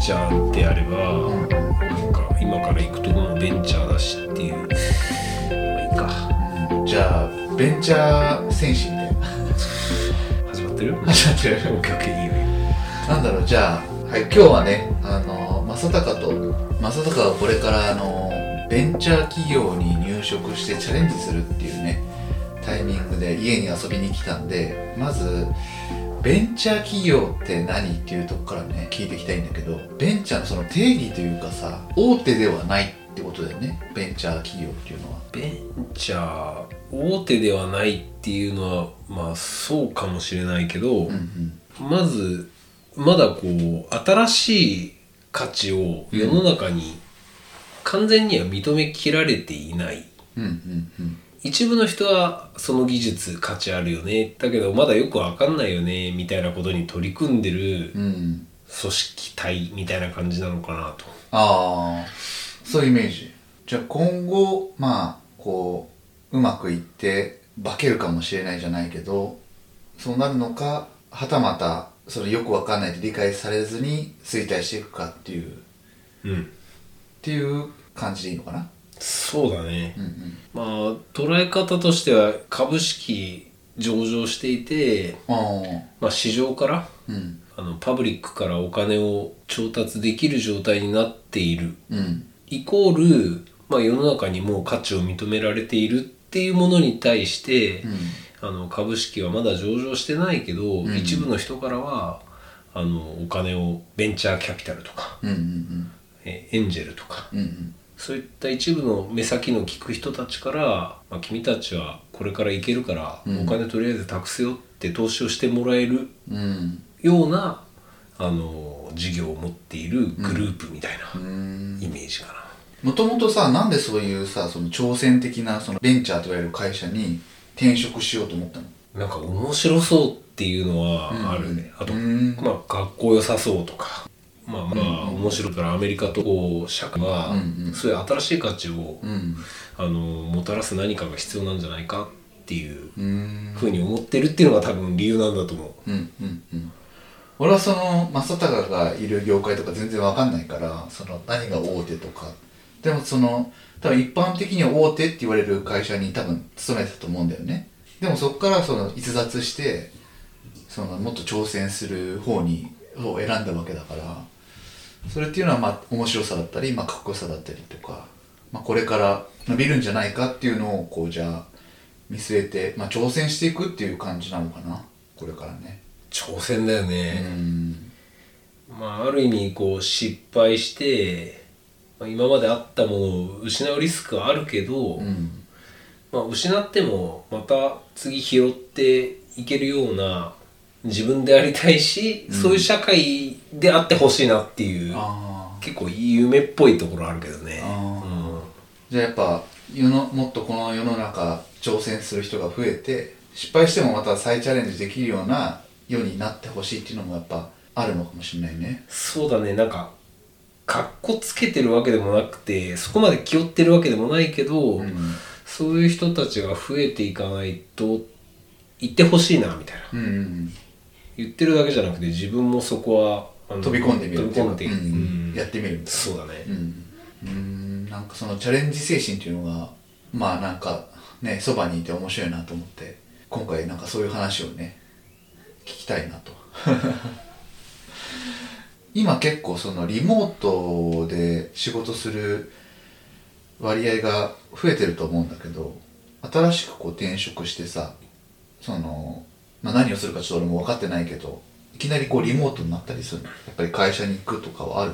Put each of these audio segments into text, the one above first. チャーであれば、なんか今から行くとこもベンチャーだしっていう、まあ、いいかじゃあベンチャー戦士みたいな始まってる始まってるオッケーオッケーいいよいいよなんだろうじゃあ、はい、今日はねあの正隆と正隆がこれからあのベンチャー企業に入職してチャレンジするっていうねタイミングで家に遊びに来たんでまずベンチャー企業って何っていうとこからね聞いていきたいんだけどベンチャーのその定義というかさ大手ではないってことだよねベンチャー企業っていうのはベンチャー大手ではないっていうのはまあそうかもしれないけど、うんうんまずまだこう新しい価値を世の中に完全には認めきられていないうんうんうん一部の人はその技術価値あるよねだけどまだよくわかんないよねみたいなことに取り組んでるうんうん組織体みたいな感じなのかなとああそういうイメージじゃあ今後まあこううまくいって化けるかもしれないじゃないけどそうなるのかはたまたそれよくわかんないで理解されずに衰退していくかっていうっうんていう感じでいいのかなそうだねうんうんまあ捉え方としては株式上場していて、あまあ、市場からあうんあのパブリックからお金を調達できる状態になっているうんイコール、まあ、世の中にもう価値を認められているっていうものに対して、うんあの株式はまだ上場してないけど、ん一部の人からはあのお金をベンチャーキャピタルとか、うんうんえエンジェルとかうんうんそういった一部の目先の聞く人たちから、まあ、君たちはこれから行けるから、うんお金とりあえず託すよって投資をしてもらえるうんようなあの事業を持っているグループみたいなうんイメージかな。もともとさなんでそういうさその挑戦的なそのベンチャーといわれる会社に転職しようと思ったのなんか面白そうっていうのはあるね、うんあと、うんまあかっこよさそうとかまあまあ面白いからアメリカとこう社会はうんうんそういう新しい価値を、うんあのもたらす何かが必要なんじゃないかっていううーんふうに思ってるっていうのが多分理由なんだと思ううんうんうん俺はその正隆がいる業界とか全然わかんないからその何が大手とかでもその多分一般的には大手って言われる会社に多分勤めてたと思うんだよねでもそこからその逸脱してそのもっと挑戦する方にを選んだわけだからそれっていうのはまあ面白さだったり、まあ、かっこよさだったりとか、まあ、これから伸びるんじゃないかっていうのをこうじゃあ見据えて、まあ、挑戦していくっていう感じなのかなこれからね挑戦だようね、んまあある意味こう失敗して、まあ、今まであったものを失うリスクはあるけど、うんまあ、失ってもまた次拾っていけるような自分でありたいし、そういう社会であってほしいなっていうああ結構いい夢っぽいところあるけどね、あうん、じゃあやっぱ世のもっとこの世の中挑戦する人が増えて失敗してもまた再チャレンジできるような世になってほしいっていうのもやっぱあるのかもしれないねそうだねなんかかっこつけてるわけでもなくてそこまで気負ってるわけでもないけど、んそういう人たちが増えていかないと行ってほしいなみたいなうんうん言ってるだけじゃなくて自分もそこはあうのん飛び込んでみる飛び込んでいくうんうんやってみるみたいなそうだね、うんうんなんかそのチャレンジ精神っていうのがまあなんかねそばにいて面白いなと思って今回なんかそういう話をね聞きたいなと 今結構そのリモートで仕事する割合が増えてると思うんだけど新しくこう転職してさその、まあ、何をするかちょっと俺も分かってないけどいきなりこうリモートになったりするのやっぱり会社に行くとかはある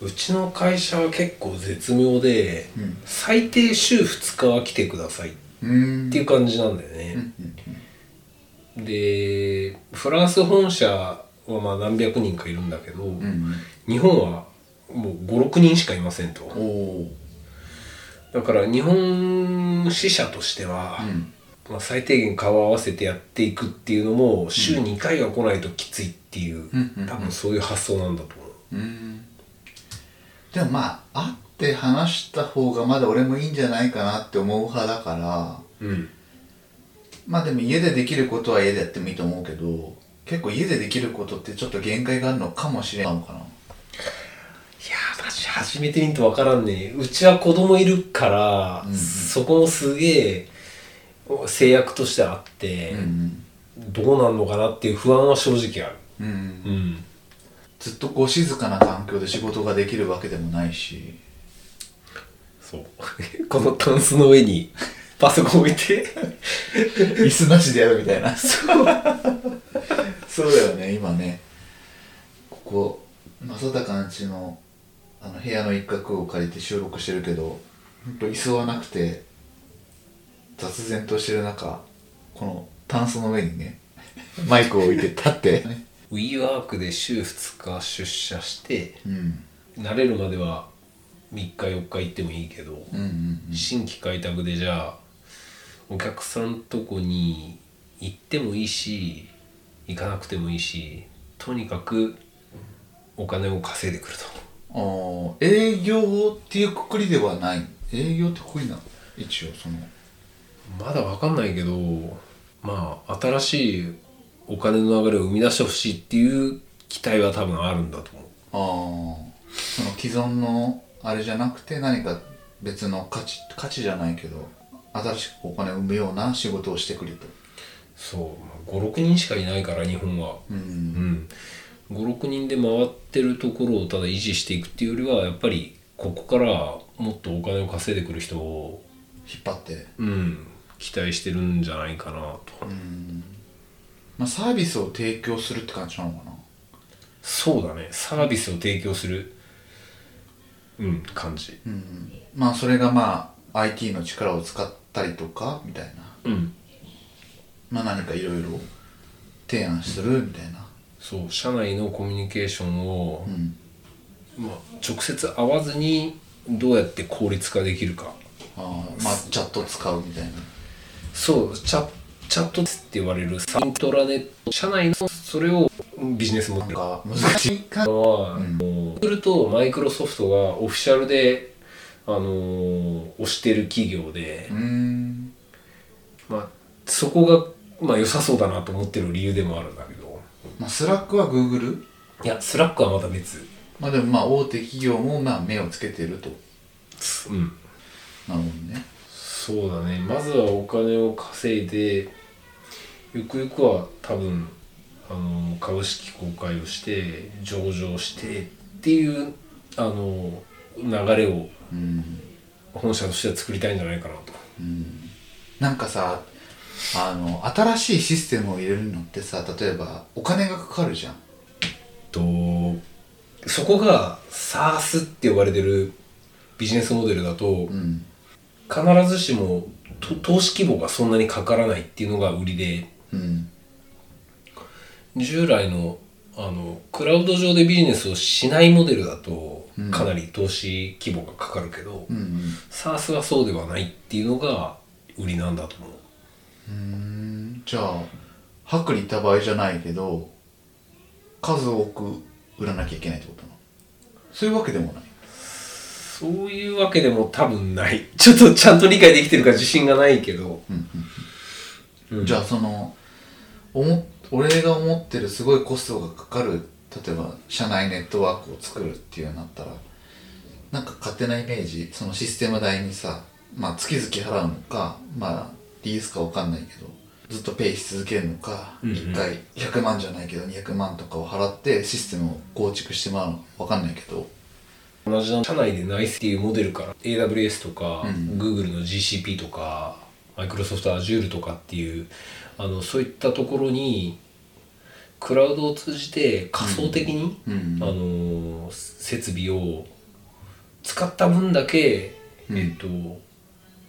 うちの会社は結構絶妙で、うん最低週2日は来てくださいっうんていう感じなんだよね、でフランス本社はまあ何百人かいるんだけど、うん日本はもう56人しかいませんとおおだから日本支社としては、んまあ、最低限顔を合わせてやっていくっていうのも週2回が来ないときついっていう、うんうん多分そういう発想なんだと思ううんでもまあ会って話した方がまだ俺もいいんじゃないかなって思う派だからうんまあでも家でできることは家でやってもいいと思うけど結構家でできることってちょっと限界があるのかもしれないのかなし始めてみんとわからんねうちは子供いるから、うんうんそこもすげえ制約としてあって、うんどうなんのかなっていう不安は正直あるうんうんうんずっとこう静かな環境で仕事ができるわけでもないしそう このタンスの上 にパソコン置いて椅子なしでやるみたいな そうだよね今ねここ正隆んちのあの部屋の一角を借りて収録してるけどほんと椅子はなくて雑然としてる中この炭素の上にねマイクを置いて立って、 WeWork で週2日出社してうん、慣れるまでは3日4日行ってもいいけど、うんうんうん新規開拓でじゃあお客さんとこに行ってもいいし行かなくてもいいしとにかくお金を稼いでくるあー営業っていうくくりではない営業ってくくりなの一応そのとまだわかんないけどまあ新しいお金の流れを生み出してほしいっていう期待は多分あるんだと思うああその既存のあれじゃなくて何か別の価値価値じゃないけど新しくお金を生むような仕事をしてくれとそう56人しかいないから日本はううんん56人で回ってるところをただ維持していくっていうよりはやっぱりここからもっとお金を稼いでくる人を引っ張ってうん、期待してるんじゃないかなと、うんまあサービスを提供するって感じなのかなそうだねサービスを提供するうん感じうんまあそれがまあ IT の力を使ったりとかみたいなうんまあ何かいろいろ提案するみたいなそう社内のコミュニケーションをう、んまあ、直接会わずにどうやって効率化できるかあーまあチャット使うみたいなそうチャチャットって言われるサイントラネット社内のそれをビジネスモデなんルか難しい感じは、うんもう Google とマイクロソフトがオフィシャルで、あのー推してる企業で、うんまあ、そこが、まあ、良さそうだなと思ってる理由でもあるんだけどまあスラックは Google いやスラックはまた別まあでもまあ大手企業もまあ目をつけてるとうんなるほどねそうだねまずはお金を稼いでゆくゆくは多分あの株式公開をして上場してっていうあの流れをうん、本社としては作りたいんじゃないかなとうん、なんかさあの新しいシステムを入れるのってさ例えばお金がかかるじゃんとそこが SARS って呼ばれてるビジネスモデルだとうん必ずしもと投資規模がそんなにかからないっていうのが売りでうん従来のあのクラウド上でビジネスをしないモデルだとうんかなり投資規模がかかるけど、うん SARS はそうではないっていうのが売りなんだと思ううんじゃあ薄利多売じゃないけど数多く売らなきゃいけないってことなのそういうわけでもないそういうわけでも多分ないちょっとちゃんと理解できてるか自信がないけど、うんうんじゃあそのおも俺が思ってるすごいコストがかかる例えば社内ネットワークを作るっていうようになったらなんか勝手なイメージそのシステム代にさ、まあ、月々払うのか、まあ、リースかわかんないけどずっとペイし続けるのか、うんうん1回100万じゃないけど200万とかを払ってシステムを構築してもらうのかわかんないけど同じな社内でナイスっていうモデルから AWS とか、うん Google の GCP とか Microsoft Azure とかっていうあのそういったところにクラウドを通じて仮想的に、うんあの設備を使った分だけ、うんえっと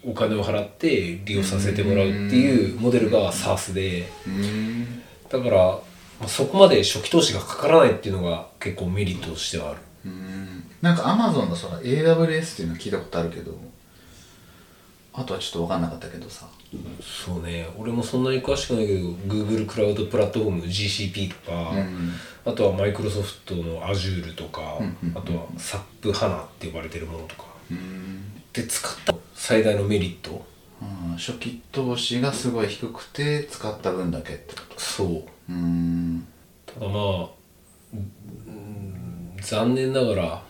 お金を払って利用させてもらうっていうモデルが SaaS でうんだからまあそこまで初期投資がかからないっていうのが結構メリットとしてはある。うんなんかアマゾンのその AWS っていうの聞いたことあるけどあとはちょっと分かんなかったけどさそうね俺もそんなに詳しくないけど Google クラウドプラットフォーム GCP とか、うんあとは Microsoft の Azure とか、うんうんうんあとは SAP HANA って呼ばれてるものとかうんで使った最大のメリット初期投資がすごい低くて使った分だけってことそううんただまあうん残念ながら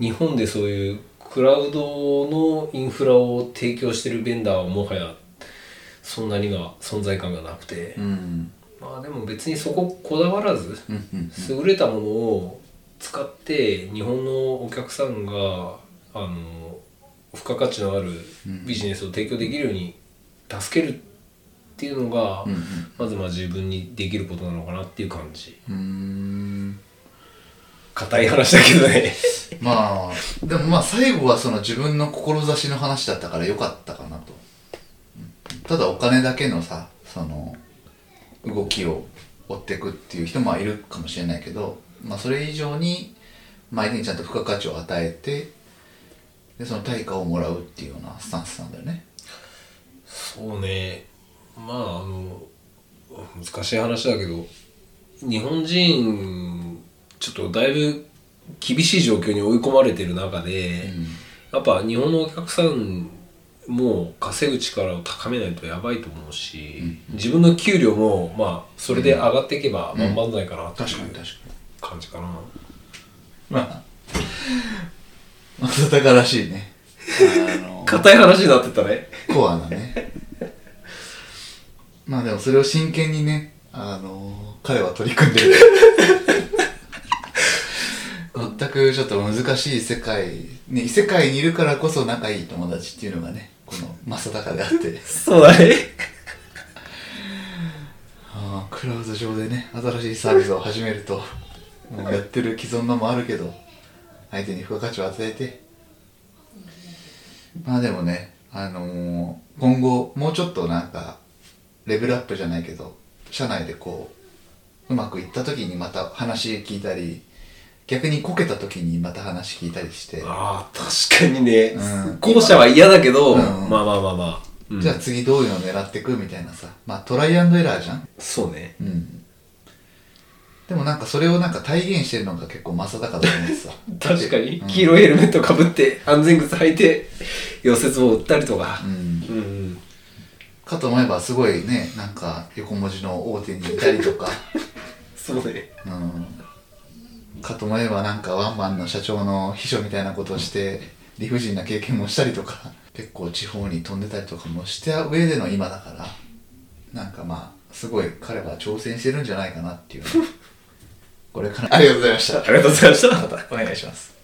日本でそういうクラウドのインフラを提供してるベンダーはもはやそんなにが存在感がなくて、うんまあでも別にそここだわらずうんうん優れたものを使って日本のお客さんがあの付加価値のあるビジネスを提供できるように助けるっていうのが、うんまずまあ自分にできることなのかなっていう感じうんうん硬い話だけど ねまあでもまあ最後はその自分の志の話だったから良かったかなとうんただお金だけのさその動きを追っていくっていう人もいるかもしれないけど、まあ、それ以上にまあ相手にちゃんと付加価値を与えてでその対価をもらうっていうようなスタンスなんだよねそうねまああの難しい話だけど日本人ちょっとだいぶ厳しい状況に追い込まれてる中で、やっぱ日本のお客さんも稼ぐ力を高めないとやばいと思うし、自分の給料もまあそれで上がっていけばまんまんないかなってい確かにう確かに感じかな、まあ松坂らしいねあの硬い話になってったねコアなねまあでもそれを真剣にねあのー彼は取り組んでる全くちょっと難しい世界ね異世界にいるからこそ仲いい友達っていうのがねこの正隆であってそうだねあークラウド上でね新しいサービスを始めるともうやってる既存のもあるけど相手に付加価値を与えてまあでもね、あのー今後もうちょっとなんかレベルアップじゃないけど社内でこううまくいった時にまた話聞いたり逆にこけた時にまた話聞いたりして、 ああ確かにねうん後者は嫌だけど、うんまあまあまあまあ、うんじゃあ次どういうのを狙っていくみたいなさまあトライアンドエラーじゃんそうねうんでもなんかそれをなんか体現してるのが結構正隆だと思ってさ 確かにうん黄色いヘルメットかぶって安全靴履いて溶接棒打ったりとかうんうん、うん、かと思えばすごいねなんか横文字の大手にいたりと かそうねうんかと思えばなんかワンマンの社長の秘書みたいなことをして理不尽な経験もしたりとか結構地方に飛んでたりとかもした上での今だからなんかまあすごい彼は挑 戦してるんじゃないかなっていうこれからありがとうございましたありがとうございましたまたお願いします